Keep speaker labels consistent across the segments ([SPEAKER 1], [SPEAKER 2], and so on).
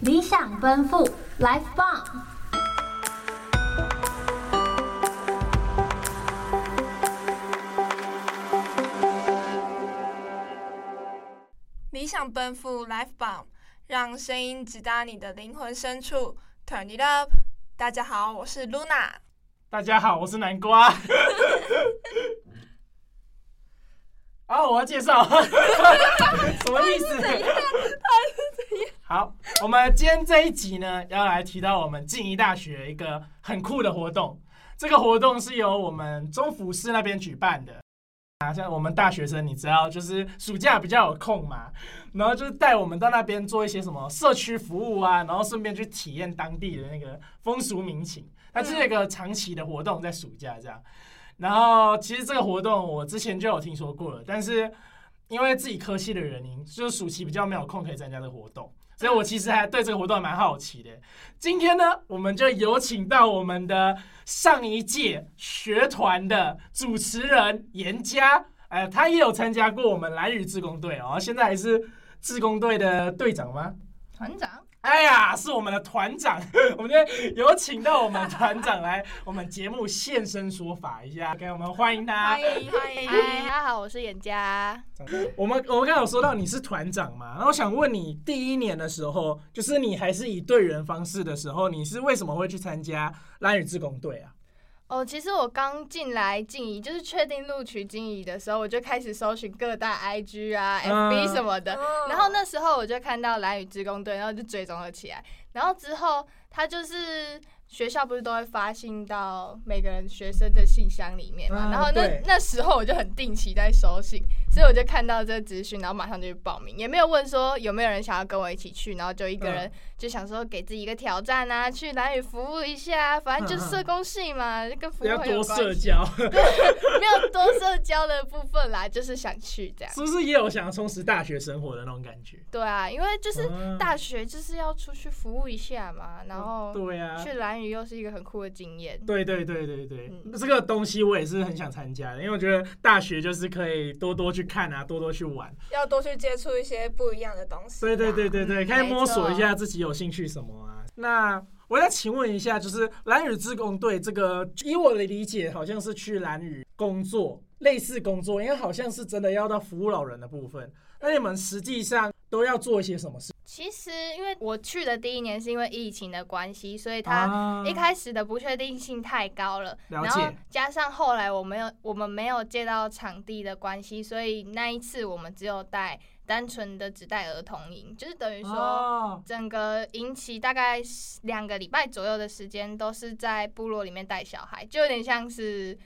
[SPEAKER 1] 理想奔赴，Life 棒。
[SPEAKER 2] 理想奔赴 Life Bomb，让声音直达你的灵魂深处。Turn it up！大家好，我是 Luna。
[SPEAKER 3] 大家好，我是南瓜。 啊，我要介绍， 什么意思？好，我们今天这一集呢，要来提到我们静宜大学一个很酷的活动。这个活动是由我们中福师那边举办的。啊，像我们大学生，你知道，就是暑假比较有空嘛，然后就是带我们到那边做一些什么社区服务啊，然后顺便去体验当地的那个风俗民情。它就是一个长期的活动，在暑假这样。然后其实这个活动我之前就有听说过了，但是因为自己科系的原因，就是暑期比较没有空可以参加这个活动，所以我其实还对这个活动还蛮好奇的。今天呢，我们就有请到我们的上一届学团的主持人严佳，呃，他也有参加过我们蓝宇志工队哦，现在还是志工队的队长吗？
[SPEAKER 4] 团长，
[SPEAKER 3] 哎呀，是我们的团长， 我们今天有请到我们团长来我们节目现身说法一下，给我们欢迎他
[SPEAKER 2] 欢。迎欢迎！
[SPEAKER 4] 嗨，哎大家好，我是严佳。
[SPEAKER 3] 我们我们刚刚有说到你是团长嘛，然后想问你第一年的时候，就是你还是以队员方式的时候，你是为什么会去参加蓝宇志工队啊？
[SPEAKER 4] 哦，其实我刚进来静怡，就是确定录取静怡的时候，我就开始搜寻各大 IG 啊、
[SPEAKER 3] 嗯
[SPEAKER 4] FB 什么的。
[SPEAKER 2] 嗯
[SPEAKER 4] 然后那时候我就看到蓝宇职工队，然后就追踪了起来。然后之后他就是学校不是都会发信到每个人学生的信箱里面嘛？
[SPEAKER 3] 啊
[SPEAKER 4] 然后那
[SPEAKER 3] 对
[SPEAKER 4] 那时候我就很定期在收信，所以我就看到这资讯，然后马上就去报名，也没有问说有没有人想要跟我一起去，然后就一个
[SPEAKER 3] 嗯
[SPEAKER 4] 人就想说给自己一个挑战啊，去蓝宇服务一下，反正就
[SPEAKER 3] 嗯嗯
[SPEAKER 4] 社工系嘛，就跟服
[SPEAKER 3] 不
[SPEAKER 4] 务
[SPEAKER 3] 要
[SPEAKER 4] 很有
[SPEAKER 3] 多
[SPEAKER 4] 关
[SPEAKER 3] 社
[SPEAKER 4] 系，
[SPEAKER 3] 交，
[SPEAKER 4] 没有多社交的部分啦，就是想去这样。
[SPEAKER 3] 是不是也有想充实大学生活的那种感觉？
[SPEAKER 4] 对啊，因为就是
[SPEAKER 3] 嗯
[SPEAKER 4] 大学就是要出去服务一下嘛，然后
[SPEAKER 3] 对啊，
[SPEAKER 4] 去蓝屿又是一个很酷的经验。
[SPEAKER 3] 对对对对对，
[SPEAKER 4] 嗯
[SPEAKER 3] 这个东西我也是很想参加的，因为我觉得大学就是可以多多去看啊，多多去玩。
[SPEAKER 2] 要多去接触一些不一样的东西。
[SPEAKER 3] 对对对对对，
[SPEAKER 4] 嗯
[SPEAKER 3] 可以
[SPEAKER 4] 没
[SPEAKER 3] 摸索一
[SPEAKER 4] 错
[SPEAKER 3] 下自己有兴趣什么啊。那我想请问一下，就是蓝宇志工队这个，以我的理解，好像是去蓝宇工作，类似工作，因为好像是真的要到服务老人的部分。那你们实际上都要做一些什么事？
[SPEAKER 4] 其实因为我去的第一年是因为疫情的关系，所以它一
[SPEAKER 3] 啊、
[SPEAKER 4] 开始的不确定性太高了，
[SPEAKER 3] 了
[SPEAKER 4] 然后
[SPEAKER 3] 解
[SPEAKER 4] 加上后来我没有我们没有借到场地的关系，所以那一次我们只有带单纯的只带儿童营，就是等于说。
[SPEAKER 3] 哦
[SPEAKER 4] 整个营期大概两个礼拜左右的时间，都是在部落里面带小孩，就有点像是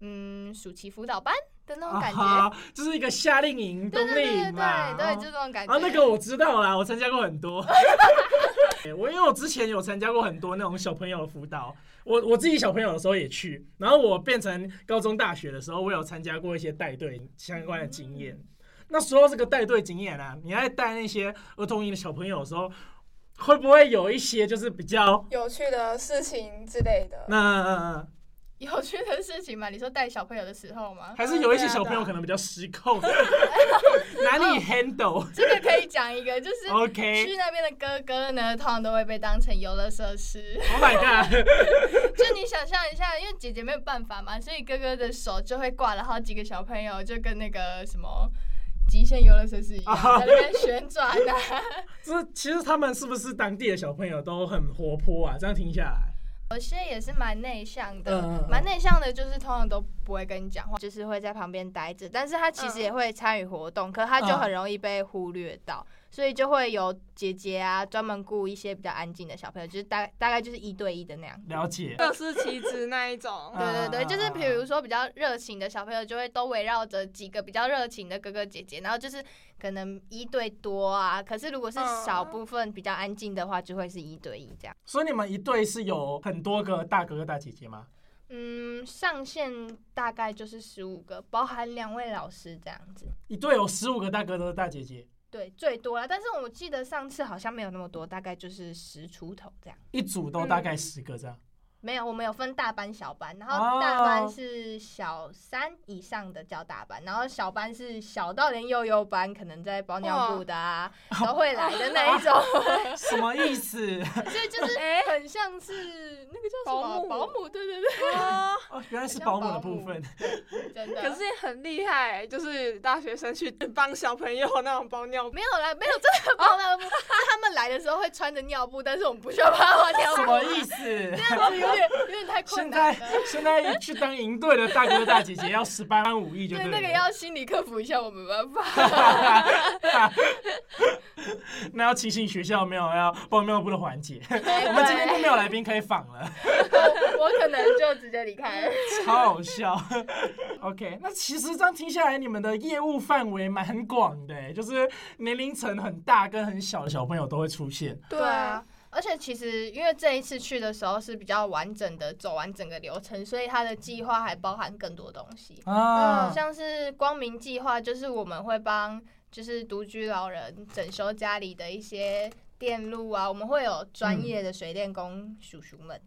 [SPEAKER 4] 嗯暑期辅导班的那种感觉。
[SPEAKER 3] 啊哈就是一个夏令营、冬
[SPEAKER 4] 对对
[SPEAKER 3] 令
[SPEAKER 4] 对对
[SPEAKER 3] 营嘛，
[SPEAKER 4] 对对，
[SPEAKER 3] 哦
[SPEAKER 4] 就这种感觉。
[SPEAKER 3] 啊，那个我知道啦，我参加过很多。我因为我之前有参加过很多那种小朋友的辅导，我我自己小朋友的时候也去，然后我变成高中大学的时候，我有参加过一些带队相关的经验。那时候这个带队经验啊，你在带那些儿童营的小朋友的时候，会不会有一些就是比较
[SPEAKER 2] 有趣的事情之类的。
[SPEAKER 3] 那
[SPEAKER 4] 有趣的事情嘛，你说带小朋友的时候吗？
[SPEAKER 3] 还是有一些小朋友可能比较失 控，
[SPEAKER 4] 哦
[SPEAKER 3] 哪里 handle？OK，、
[SPEAKER 4] 这个可以讲一个，啊就是去那边的哥哥呢，通常都会被当成游乐设施。
[SPEAKER 3] Oh my god！
[SPEAKER 4] 就你想象一下，因为姐姐没有办法嘛，所以哥哥的手就会挂了好几个小朋友，就跟那个什么极限游乐设施 一样，在那边旋转啊。
[SPEAKER 3] 这其实他们是不是当地的小朋友都很活泼啊？这样听下来，
[SPEAKER 4] 有些也是蛮内向
[SPEAKER 3] 嗯嗯
[SPEAKER 4] 的
[SPEAKER 3] 嗯，
[SPEAKER 4] 蛮内向的，就是通常都不会跟你讲话，就是会在旁边待着。但是他其实
[SPEAKER 3] 嗯
[SPEAKER 4] 也会参与活动，可他就很容易被忽略到，所以就会有姐姐啊专门雇一些比较安静的小朋友，就是大大概就是一对一的那样。
[SPEAKER 3] 了解。
[SPEAKER 2] 各司其职那一种
[SPEAKER 3] 嗯
[SPEAKER 4] 对对对，就是比
[SPEAKER 3] 嗯嗯
[SPEAKER 4] 如说比较热情的小朋友，就会都围绕着几个比较热情的哥哥姐姐，然后就是可能一对多啊。可是如果
[SPEAKER 3] 嗯
[SPEAKER 4] 是少部分比较安静的话，就会是一对一这样。
[SPEAKER 3] 所以你们一队是有很多个大哥哥大姐姐吗？
[SPEAKER 4] 嗯，上限大概就是十五个，包含两位老师这样子。
[SPEAKER 3] 一队有十五个大哥哥大姐姐，
[SPEAKER 4] 对，最多了。但是我记得上次好像没有那么多，大概就是十出头这样。
[SPEAKER 3] 一组都大概十个这样。
[SPEAKER 4] 没有，我们有分大班、小班，然后
[SPEAKER 3] 哦
[SPEAKER 4] 大班是小三以上的叫大班，然后小班是小到连幼幼班可能在包尿布的啊， 都会来的那一种，
[SPEAKER 3] 什么意思？
[SPEAKER 4] 所以就是
[SPEAKER 2] 哎
[SPEAKER 4] 很像是那个叫什
[SPEAKER 5] 保
[SPEAKER 4] 么
[SPEAKER 5] 姆
[SPEAKER 4] 保姆，对对对，
[SPEAKER 2] 哦，
[SPEAKER 3] 哦，原来是保姆的部分。
[SPEAKER 4] 真
[SPEAKER 3] 啊
[SPEAKER 4] 的。
[SPEAKER 5] 可是也很厉害、就是大学生去帮小朋友那种包尿布，
[SPEAKER 4] 没有啦，没有真的包尿布，
[SPEAKER 3] 哦
[SPEAKER 4] 是他们来的时候会穿着尿布，但是我们不需要帮他换尿
[SPEAKER 3] 什
[SPEAKER 4] 布，
[SPEAKER 3] 么意思？
[SPEAKER 4] 有点有点太困
[SPEAKER 3] 现
[SPEAKER 4] 难
[SPEAKER 3] 在
[SPEAKER 4] 了。
[SPEAKER 3] 现在去当营队的大哥大姐姐要十八般武艺就
[SPEAKER 4] 对，
[SPEAKER 3] 了。
[SPEAKER 4] 那个要心理克服一下，我没办法。
[SPEAKER 3] 那要提醒学校没有要包尿布的环 节。我
[SPEAKER 4] 我
[SPEAKER 3] 们今天就没有来宾可以访了，
[SPEAKER 4] 我可能就直接离开了。
[SPEAKER 3] 超好笑。OK，那其实这样听下来，你们的业务范围蛮广的、欸就是年龄层很大跟很小的小朋友都会出现。
[SPEAKER 2] 对，啊
[SPEAKER 5] 啊
[SPEAKER 4] 而且其实因为这一次去的时候是比较完整的走完整个流程，所以它的计划还包含更多东西。
[SPEAKER 3] 啊，
[SPEAKER 4] 嗯像是光明计划，就是我们会帮就是独居老人整修家里的一些电路啊，我们会有专业的水电工叔叔们。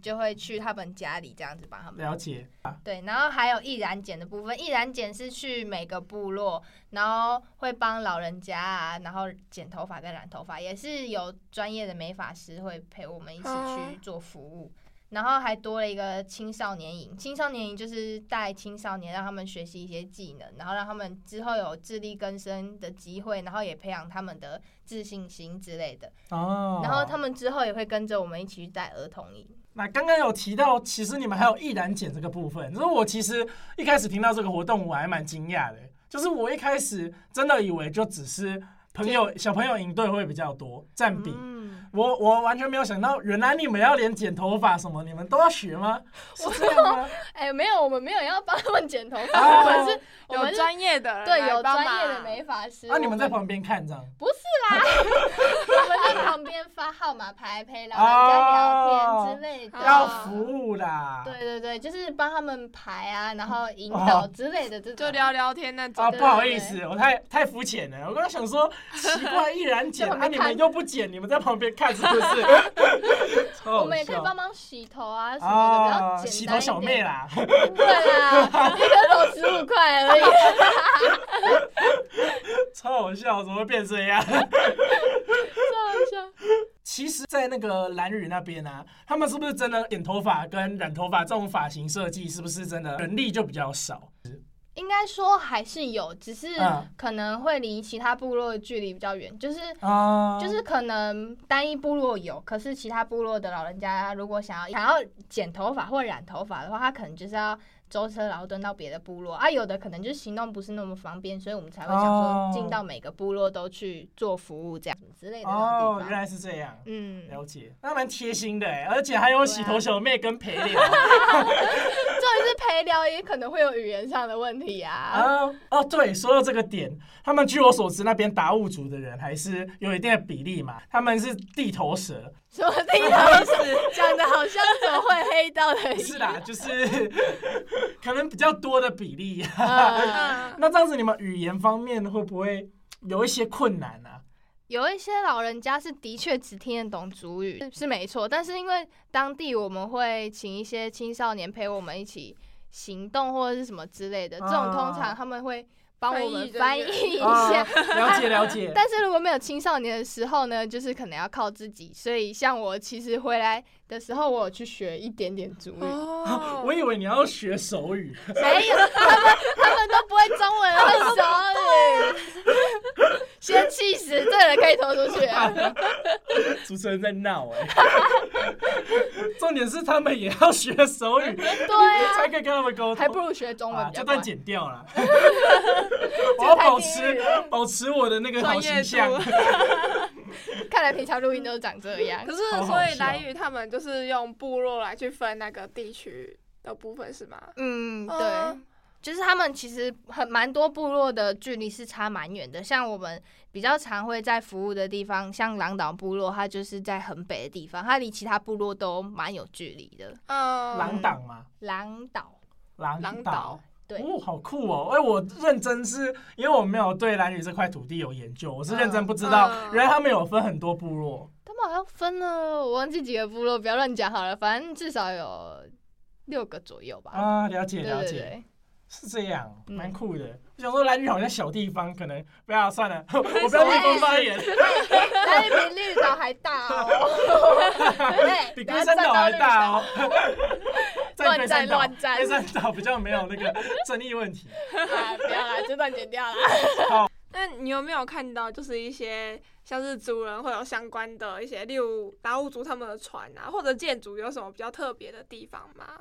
[SPEAKER 4] 就会去他们家里这样子帮他们
[SPEAKER 3] 了解。
[SPEAKER 4] 对，然后还有易燃检的部分，易燃检是去每个部落，然后会帮老人家啊，然后剪头发跟染头发，也是有专业的美发师会陪我们一起去
[SPEAKER 2] 嗯
[SPEAKER 4] 做服务。然后还多了一个青少年营，青少年营就是带青少年，让他们学习一些技能，然后让他们之后有自力更生的机会，然后也培养他们的自信心之类的。
[SPEAKER 3] 哦，
[SPEAKER 4] 然后他们之后也会跟着我们一起去带儿童营。
[SPEAKER 3] 那刚刚有提到，其实你们还有易燃检这个部分。就是我其实一开始听到这个活动，我还蛮惊讶的。欸就是我一开始真的以为就只是朋友小朋友营队会比较多占比，
[SPEAKER 4] 嗯，
[SPEAKER 3] 我我完全没有想到，原来你们要连剪头发什么，你们都要学吗？是这样吗？
[SPEAKER 4] 哎、没有，我们没有要帮他们剪头
[SPEAKER 3] 哦
[SPEAKER 4] 发，我们是，我
[SPEAKER 5] 有
[SPEAKER 4] 们是
[SPEAKER 5] 专业的人
[SPEAKER 4] 对
[SPEAKER 5] 来
[SPEAKER 4] 有
[SPEAKER 5] 帮
[SPEAKER 4] 专
[SPEAKER 5] 忙
[SPEAKER 4] 业的美发师。
[SPEAKER 3] 啊，你们在
[SPEAKER 4] 我
[SPEAKER 3] 旁边看这样。
[SPEAKER 4] 不是啦， 我们在旁边发号码牌陪老人家聊天之类的。
[SPEAKER 5] 哦
[SPEAKER 3] 要服务啦，
[SPEAKER 4] 啊对对对，就是帮他们排啊，然后引
[SPEAKER 3] 哦
[SPEAKER 4] 导之类的这种。
[SPEAKER 5] 就聊聊天那种。
[SPEAKER 3] 啊，
[SPEAKER 4] 对
[SPEAKER 3] 不好意思，我太太肤浅了。我刚刚想说，奇怪，毅然剪，
[SPEAKER 4] 在旁
[SPEAKER 3] 啊，
[SPEAKER 4] 边
[SPEAKER 3] 你
[SPEAKER 4] 看
[SPEAKER 3] 们又不剪，你们在旁边看是不是？ 超好
[SPEAKER 4] 我们也可以
[SPEAKER 3] 笑
[SPEAKER 4] 帮忙洗头啊什么的，
[SPEAKER 3] 啊，
[SPEAKER 4] 比较
[SPEAKER 3] 哦
[SPEAKER 4] 简单一点。
[SPEAKER 3] 洗头小妹啦，
[SPEAKER 4] 对啦，一个手十五块而已。
[SPEAKER 3] 超好笑，怎么会变这样？
[SPEAKER 4] 笑一下
[SPEAKER 3] 其实，在那个蓝屿那边啊，他们是不是真的剪头发跟染头发这种发型设计，是不是真的人力就比较少？
[SPEAKER 4] 应该说还是有，只是
[SPEAKER 3] 嗯
[SPEAKER 4] 可能会离其他部落的距离比较远，就是
[SPEAKER 3] 啊，
[SPEAKER 4] 就是可能单一部落有，可是其他部落的老人家如果想要想要剪头发或染头发的话，他可能就是要舟车劳顿到别的部落啊。有的可能就是行动不是那么方便，所以我们才会想
[SPEAKER 3] 哦
[SPEAKER 4] 说进到每个部落都去做服务这样之类的那种
[SPEAKER 3] 哦，
[SPEAKER 4] 地
[SPEAKER 3] 原
[SPEAKER 4] 方。
[SPEAKER 3] 来是这样。
[SPEAKER 4] 嗯，啊重
[SPEAKER 3] 了解，那蛮贴心的哎，而且还有洗头小妹跟陪聊
[SPEAKER 4] 点是陪聊也可能会有语言上的问题啊。
[SPEAKER 3] 啊哦，对，说到这个点，他们据我所知，那边达悟族的人还是有一定的比例嘛，他们是地头蛇，
[SPEAKER 4] 什么地方是讲的好像怎么会黑 道的一样？
[SPEAKER 3] 是啦，就是 可能比较多的比例。啊
[SPEAKER 4] 嗯
[SPEAKER 5] 嗯，
[SPEAKER 3] 那这样子，你们语言方面会不会有一些困难啊？
[SPEAKER 4] 有一些老人家是的确只听得懂主语，是是没错。但是因为当地我们会请一些青少年陪我们一起行动或者是什么之类的，这种通常他们会帮我们翻
[SPEAKER 5] 翻
[SPEAKER 4] 译
[SPEAKER 5] 译
[SPEAKER 4] 一
[SPEAKER 3] 啊
[SPEAKER 4] 下。
[SPEAKER 3] 了解了解，
[SPEAKER 4] 但是如果没有青少年的时候呢，就是可能要靠自己。所以像我其实回来的时候，我有去学一点点主语，
[SPEAKER 5] 哦，
[SPEAKER 3] 我以为你要学手语，
[SPEAKER 4] 没有，他们他们都不会中文，会手语， 先气死，这人可以拖出去。啊
[SPEAKER 3] 主持人在闹哎、 重点是他们也要学手语，
[SPEAKER 4] 对啊
[SPEAKER 3] 才可以跟他们沟通，
[SPEAKER 4] 还不如学中文
[SPEAKER 3] 啊，
[SPEAKER 4] 比
[SPEAKER 3] 这
[SPEAKER 4] 较
[SPEAKER 3] 段
[SPEAKER 4] 快。
[SPEAKER 3] 剪掉 了。我要保持保持我的那个好
[SPEAKER 5] 专业
[SPEAKER 3] 形象
[SPEAKER 5] 度。
[SPEAKER 4] 看来平常录音都是长这样
[SPEAKER 5] 可。是
[SPEAKER 3] 好好
[SPEAKER 5] 所以
[SPEAKER 3] 笑
[SPEAKER 5] 蓝宇他们就是用部落来去分那个地区的部分是吗？
[SPEAKER 4] 嗯，对
[SPEAKER 5] 嗯，
[SPEAKER 4] 就是他们其实很蛮多部落的距离是差蛮远的，像我们比较常会在服务的地方，像狼岛部落，它就是在很北的地方，它离其他部落都蛮有距离的。
[SPEAKER 5] 嗯，
[SPEAKER 3] 狼党嘛，
[SPEAKER 4] 狼岛，
[SPEAKER 3] 狼
[SPEAKER 5] 狼岛。
[SPEAKER 4] 对
[SPEAKER 3] 哦，好酷哦！哎，我认真是因为我没有对蓝屿这块土地有研究，我是认真不知道，
[SPEAKER 5] 嗯
[SPEAKER 3] 原来他们有分很多部落。
[SPEAKER 4] 他们们好像分了，我忘记几个部落，不要乱讲好了，反正至少有六个左右吧。
[SPEAKER 3] 啊，了解
[SPEAKER 4] 嗯对
[SPEAKER 3] 了
[SPEAKER 4] 对
[SPEAKER 3] 解，
[SPEAKER 4] 对，
[SPEAKER 3] 是这样，
[SPEAKER 4] 嗯
[SPEAKER 3] 蛮酷的。我想说蓝屿好像小地方，可能不要算 了，我不要逆风发言，
[SPEAKER 4] 那你比绿岛还大 哦。对，
[SPEAKER 3] 比
[SPEAKER 4] 等下
[SPEAKER 3] 龟山
[SPEAKER 4] 站
[SPEAKER 3] 岛
[SPEAKER 4] 到
[SPEAKER 3] 还
[SPEAKER 4] 绿
[SPEAKER 3] 大哦。 在龟
[SPEAKER 4] 乱
[SPEAKER 3] 山
[SPEAKER 4] 站
[SPEAKER 3] 岛
[SPEAKER 4] 乱站
[SPEAKER 3] 龟山岛比较没有那个争议 问题。
[SPEAKER 4] 啊！不要啦，这段剪掉啦。
[SPEAKER 5] 那你有没有看到，就是一些像是族人会有相关的一些，例如达悟族他们的船啊，或者建筑有什么比较特别的地方吗？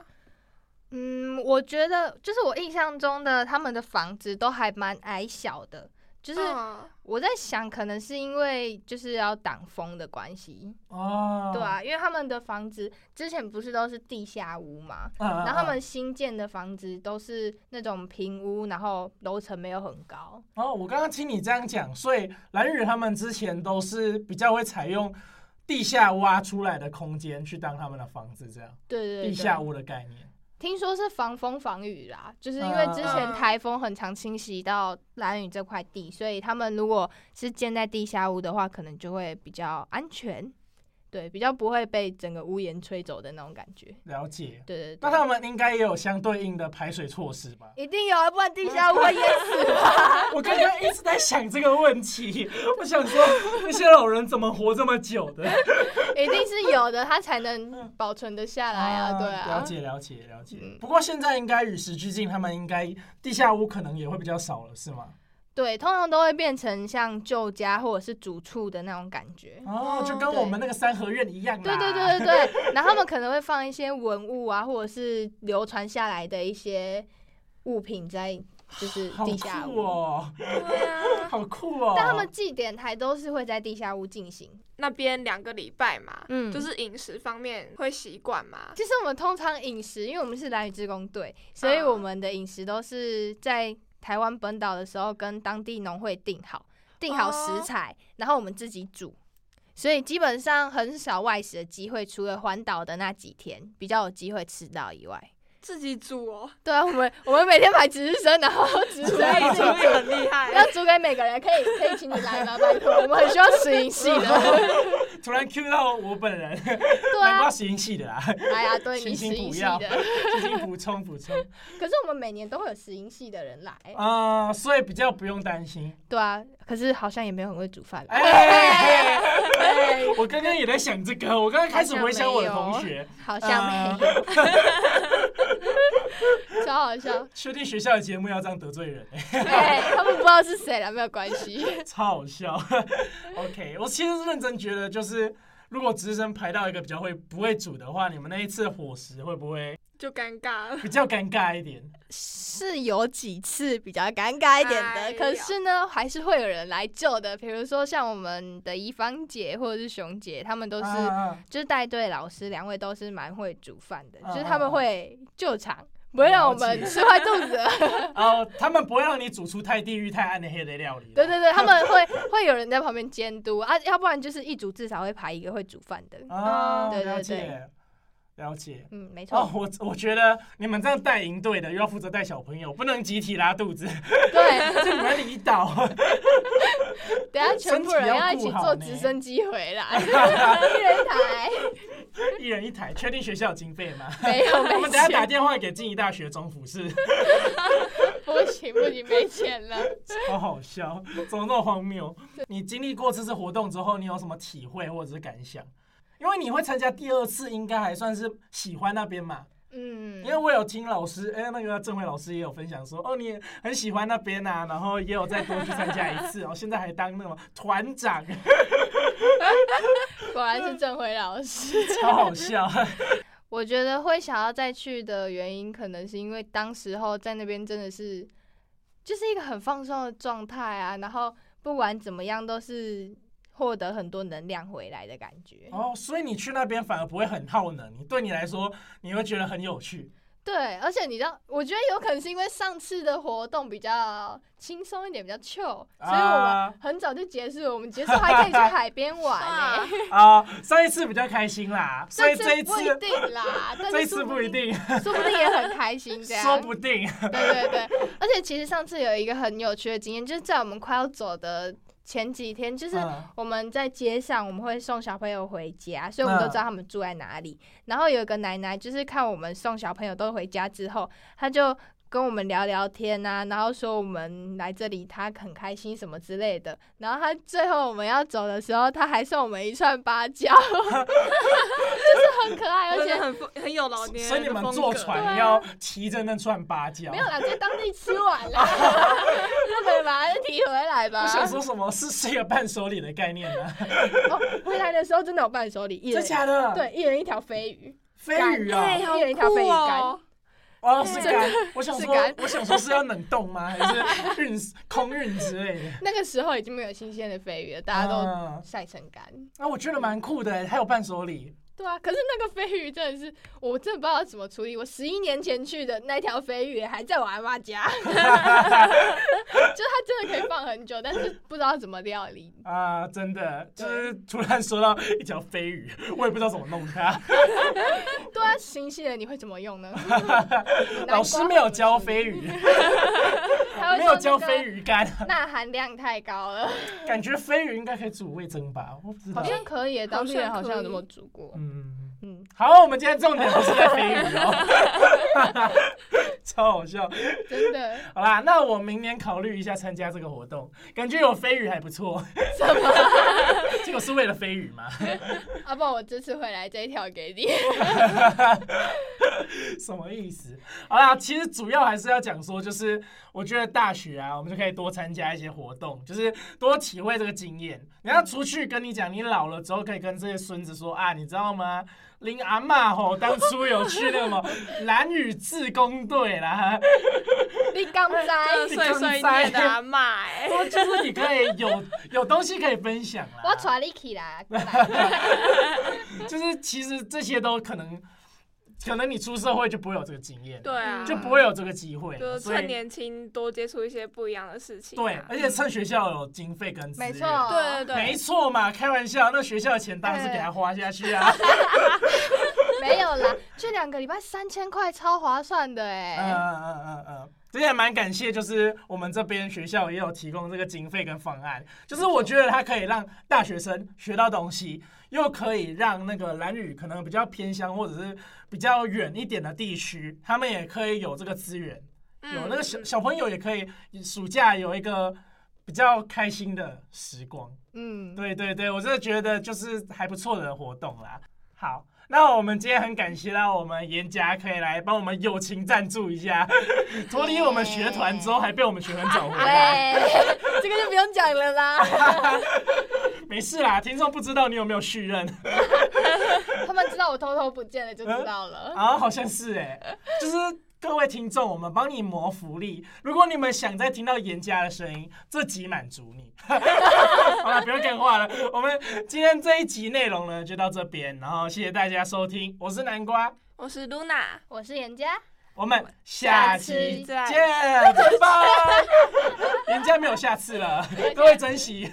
[SPEAKER 4] 嗯，我觉得就是我印象中的他们的房子都还蛮矮小的，就
[SPEAKER 5] 就是
[SPEAKER 3] 嗯
[SPEAKER 4] 我在想，可能是因为就是要挡风的关系，
[SPEAKER 3] 哦，
[SPEAKER 4] 对啊，因为他们的房子之前不是都是地下屋嘛，
[SPEAKER 3] 嗯，嗯
[SPEAKER 4] 然后他们新建的房子都是那种平屋，然后楼层没有很高，
[SPEAKER 3] 哦，我刚刚听你这样讲，所以蓝宇他们之前都是比较会采用地下挖出来的空间去当他们的房子，这样
[SPEAKER 4] 对对对，
[SPEAKER 3] 地下屋的概念。
[SPEAKER 4] 听说是防风防雨啦，就是因为之前
[SPEAKER 5] 嗯
[SPEAKER 4] 台风很常侵袭到兰屿这块地，所以他们如果是建在地下屋的话，可能就会比较安全，对，比较不会被整个屋檐吹走的那种感觉。
[SPEAKER 3] 了解。
[SPEAKER 4] 对对对，
[SPEAKER 3] 那他们应该也有相对应的排水措施吧？
[SPEAKER 4] 一定有啊，不然地下屋会淹 死吧？
[SPEAKER 3] 我刚刚一直在想这个问题，我想说那些老人怎么活这么久 的？
[SPEAKER 4] 一定是有的，它才能保存得下来啊，对
[SPEAKER 3] 嗯了
[SPEAKER 4] 啊。
[SPEAKER 3] 解了解了解
[SPEAKER 4] 嗯。
[SPEAKER 3] 不过现在应该与时俱进，他们应该地下屋可能也会比较少了，是吗？
[SPEAKER 4] 对，通常都会变成像旧家或者是主处的那种感觉。
[SPEAKER 3] 哦，就跟
[SPEAKER 4] 嗯对
[SPEAKER 3] 我们那个三合院一样啦。啊
[SPEAKER 4] 对对对对对，然后他们可能会放一些文物啊，或者是流传下来的一些物品在，就是
[SPEAKER 3] 好
[SPEAKER 4] 地下
[SPEAKER 3] 酷
[SPEAKER 4] 屋。
[SPEAKER 3] 哦，
[SPEAKER 5] 对啊，
[SPEAKER 3] 好酷哦！
[SPEAKER 4] 但他们祭典还都是会在地下屋进行。
[SPEAKER 5] 那边两个礼拜嘛，
[SPEAKER 4] 嗯
[SPEAKER 5] 就是饮食方面会习惯吗？
[SPEAKER 4] 其实我们通常饮食，因为我们是蓝屿职工队，所
[SPEAKER 3] 嗯
[SPEAKER 4] 以
[SPEAKER 5] 啊
[SPEAKER 4] 我们的饮食都是在台湾本岛的时候跟当地农会定好，定好食
[SPEAKER 5] 哦
[SPEAKER 4] 材，然后我们自己煮。所以基本上很少外食的机会，除了环岛的那几天比较有机会吃到以外，
[SPEAKER 5] 自己煮 哦，
[SPEAKER 4] 对啊，我们我们每天排值日生，然后值日
[SPEAKER 5] 所
[SPEAKER 4] 生
[SPEAKER 5] 以
[SPEAKER 4] 要
[SPEAKER 5] 煮
[SPEAKER 4] 自己
[SPEAKER 5] 也很厉害
[SPEAKER 4] 要。煮给每个人，可以可以请你来吗？拜托，我们很需要食饮系的。
[SPEAKER 3] 突然 Q 到我本人，
[SPEAKER 4] 对
[SPEAKER 3] 难怪
[SPEAKER 4] 啊，
[SPEAKER 3] 是音系的啦，
[SPEAKER 4] 哎呀，对你食
[SPEAKER 3] 星星
[SPEAKER 4] 饮
[SPEAKER 3] 不
[SPEAKER 4] 系
[SPEAKER 3] 要
[SPEAKER 4] 的，
[SPEAKER 3] 已经补充补充
[SPEAKER 4] 可是我们每年都会有食饮系的人来，
[SPEAKER 3] 啊、所以比较不用担心。
[SPEAKER 4] 对啊，可是好像也没有很会煮饭。
[SPEAKER 3] 哎、
[SPEAKER 4] 哎
[SPEAKER 3] 我刚刚也在想这个，我刚刚开始回想我的同学，嗯
[SPEAKER 4] 好像没有，超 好笑。
[SPEAKER 3] 确定学校的节目要这样得罪人、
[SPEAKER 4] 哎，他们不知道是谁了，没有关系。
[SPEAKER 3] 超好笑。OK，我其实是认真觉得，就是如果直升排到一个比较会不会煮的话，你们那一次的伙食会不会
[SPEAKER 5] 就尴尬 了。
[SPEAKER 3] 比较尴尬一点？
[SPEAKER 4] 是有几次比较尴尬一点的，
[SPEAKER 5] 哎呀
[SPEAKER 4] 可是呢，还是会有人来救的。比如说像我们的怡芳姐或者是熊姐，她们都是、
[SPEAKER 3] 啊
[SPEAKER 4] 就是带队老师，两位都是蛮会煮饭的，
[SPEAKER 3] 嗯
[SPEAKER 4] 就是他们会救场，不会让我们吃坏肚 子。
[SPEAKER 3] 哦，他们不会让你煮出太地狱、太暗的黑的料理。
[SPEAKER 4] 对对对，他们会会有人在旁边监督啊，要不然就是一组至少会排一个会煮饭的。
[SPEAKER 3] 啊，
[SPEAKER 4] 嗯对对
[SPEAKER 3] 了
[SPEAKER 4] 对
[SPEAKER 3] 解，了解。
[SPEAKER 4] 嗯，没错，
[SPEAKER 3] 哦，我我觉得你们这样带营队的，又要负责带小朋友，不能集体拉肚子，
[SPEAKER 4] 对，
[SPEAKER 3] 这你们离岛。
[SPEAKER 4] 等下全部人要一起坐直升机回来， 一人一台，
[SPEAKER 3] 一人一台，确定学校有经费吗？
[SPEAKER 4] 没 有
[SPEAKER 3] 我们
[SPEAKER 4] 没
[SPEAKER 3] 等下打
[SPEAKER 4] 钱，
[SPEAKER 3] 电话给静宜大学中辅室，
[SPEAKER 4] 不行不行，没钱了。
[SPEAKER 3] 好好笑，怎么那么荒谬？你经历过这次活动之后，你有什么体会或者是感想？因为你会参加第二次，应该还算是喜欢那边嘛。
[SPEAKER 4] 嗯
[SPEAKER 3] 因为，我有听老师，哎、那个郑慧老师也有分享说，哦，你也很喜欢那边啊，然后也有再多去参加一次，然后现在还当那种团长，
[SPEAKER 4] 果然是郑辉老师。
[SPEAKER 3] 超好笑。
[SPEAKER 4] 我觉得会想要再去的原因，可能是因为当时候在那边真的是就是一个很放松的状态啊，然后不管怎么样都是获得很多能量回来的感觉。
[SPEAKER 3] 哦，所以你去那边反而不会很耗能，你对你来说，你会觉得很有趣。
[SPEAKER 4] 对，而且你知道，我觉得有可能是因为上次的活动比较轻松一点，比较 chill，所以我
[SPEAKER 3] 啊
[SPEAKER 4] 们很早就结束了。我们结束还可以去海边玩欸呢、
[SPEAKER 5] 哇
[SPEAKER 3] 啊、上一次比较开心啦，所以这一
[SPEAKER 4] 次不一
[SPEAKER 3] 次，
[SPEAKER 4] 定啦，但
[SPEAKER 3] 这一
[SPEAKER 4] 是
[SPEAKER 3] 次
[SPEAKER 4] 说
[SPEAKER 3] 不一，定，
[SPEAKER 4] 说不定也很开心这样。
[SPEAKER 3] 说不定。
[SPEAKER 4] 对对对，而且其实上次有一个很有趣的经验，就是在我们快要走的前几天就是
[SPEAKER 3] 嗯
[SPEAKER 4] 我们在街上，我们会送小朋友回家，所以我
[SPEAKER 3] 嗯
[SPEAKER 4] 们都知道他们住在哪里。然后有一个奶奶，就是看我们送小朋友都回家之后，她就跟我们聊聊天啊，然后说我们来这里，她很开心什么之类的。然后她最后我们要走的时候，她还送我们一串芭蕉， 就是很可爱，而
[SPEAKER 5] 而且
[SPEAKER 4] 且
[SPEAKER 5] 很疯很有老年
[SPEAKER 3] 所以
[SPEAKER 5] 人的
[SPEAKER 3] 你们
[SPEAKER 5] 风
[SPEAKER 3] 坐
[SPEAKER 5] 格。
[SPEAKER 3] 船要提着那串芭蕉
[SPEAKER 4] 没。有啦，在当地吃完 了，不可以把它提回来吧
[SPEAKER 3] 我？想说什么是是一个伴手礼的概念呢、
[SPEAKER 4] 哦，回来的时候真的有伴手礼，一
[SPEAKER 3] 真
[SPEAKER 4] 人
[SPEAKER 3] 假的？，
[SPEAKER 4] 对，一人一条飞鱼。
[SPEAKER 3] 飞鱼啊
[SPEAKER 5] 哎、，好
[SPEAKER 4] 一人一条飞鱼竿
[SPEAKER 5] 酷哦
[SPEAKER 3] 哦是干。我想
[SPEAKER 4] 是
[SPEAKER 3] 说
[SPEAKER 4] 干，
[SPEAKER 3] 我想说是要冷冻吗？还 是运空运之类的？
[SPEAKER 4] 那个时候已经没有新鲜的鲱鱼了， 大家都
[SPEAKER 3] 嗯
[SPEAKER 4] 晒成干。
[SPEAKER 3] 啊，我觉得蛮酷的，还有伴手礼。
[SPEAKER 4] 对啊，可是那个鲱鱼真的是，我真的不知道怎么处理。我十一年前去的那条鲱鱼还在我阿 妈家，就是它真的可以放很久，但是不知道怎么料理。
[SPEAKER 3] 啊，真的，就是突然说到一条飞鱼，我也不知道怎么弄它。
[SPEAKER 4] 对啊，新鲜的你会怎么 用呢？
[SPEAKER 3] 老师没有教飞鱼，
[SPEAKER 4] 他会说那个
[SPEAKER 3] 没有教飞鱼干，
[SPEAKER 4] 钠含量太高了，
[SPEAKER 3] 感觉飞鱼应该可以煮味增吧？我不知道
[SPEAKER 4] 好。像可以，当地人好像有这么煮过。
[SPEAKER 3] 嗯，
[SPEAKER 4] 嗯，
[SPEAKER 3] 好，我们今天重点不是在飞鱼哦， 超好笑。
[SPEAKER 4] 真的，
[SPEAKER 3] 好啦，那我明年考虑一下参加这个活动，感觉有飞鱼还不错。
[SPEAKER 4] 什么？
[SPEAKER 3] 这个是为了飞鱼吗？
[SPEAKER 4] 阿宝，我这次回来这一条给你。
[SPEAKER 3] 什么意思？好啦，其实主要还是要讲说，就是我觉得大学啊，我们就可以多参加一些活动，就是多体会这个经验。人家出去跟你讲，你老了之后可以跟这些孙子说啊，你知道吗？林阿嬷吼，当初有去那个什么 蓝雨自工队啦，
[SPEAKER 4] 你刚 才。
[SPEAKER 5] 这碎碎念的 阿妈、哎，
[SPEAKER 3] 多就是你可以有有东西可以分享啦。
[SPEAKER 4] 我要传你起来，过来
[SPEAKER 3] 就是其实这些都可能，可能你出社会就不会有这个经验，
[SPEAKER 5] 对啊，
[SPEAKER 3] 就不会有这个机会
[SPEAKER 5] 就
[SPEAKER 3] 了，
[SPEAKER 5] 是
[SPEAKER 3] 所以
[SPEAKER 5] 趁年轻多接触一些不一样的事情
[SPEAKER 3] 对
[SPEAKER 5] 啊、，
[SPEAKER 3] 而且趁学校有经费跟资源
[SPEAKER 4] 没错，
[SPEAKER 5] 对对对，
[SPEAKER 3] 没错嘛，开玩笑，那学校的钱当然是给他花下去啊。
[SPEAKER 4] 没有啦，这两个礼拜三千块超划算的
[SPEAKER 3] 嗯
[SPEAKER 4] 哎、
[SPEAKER 3] 嗯嗯嗯嗯，这也蛮感谢，就是我们这边学校也有提供这个经费跟方案，就是我觉得它可以让大学生学到东西，又可以让那个蓝屿可能比较偏乡或者是比较远一点的地区，他们也可以有这个资源，
[SPEAKER 5] 嗯
[SPEAKER 3] 有那个小
[SPEAKER 5] 嗯
[SPEAKER 3] 小朋友也可以暑假有一个比较开心的时光。
[SPEAKER 4] 嗯，
[SPEAKER 3] 对对对，我真的觉得就是还不错的活动啦。好，那我们今天很感谢到我们严家可以来帮我们友情赞助一下，脱离我们学团之后还被我们学团找回来。
[SPEAKER 4] 喂， 这个就不用讲了啦，
[SPEAKER 3] 没事啦，听众不知道你有没有续任
[SPEAKER 4] 他们知道我偷偷不见了就知道了。
[SPEAKER 3] 啊？好像是哎、就是。各位听众，我们帮你谋福利。如果你们想再听到严家的声音，这集满足你。 好了，不要干话了。我们今天这一集内容呢，就到这边。然后谢谢大家收听，我是南瓜，
[SPEAKER 5] 我是 Luna。
[SPEAKER 4] 我是严家，
[SPEAKER 3] 我们下期
[SPEAKER 5] 期
[SPEAKER 3] 见，
[SPEAKER 5] 再
[SPEAKER 3] 拜拜。人家没有下次了，各位珍惜。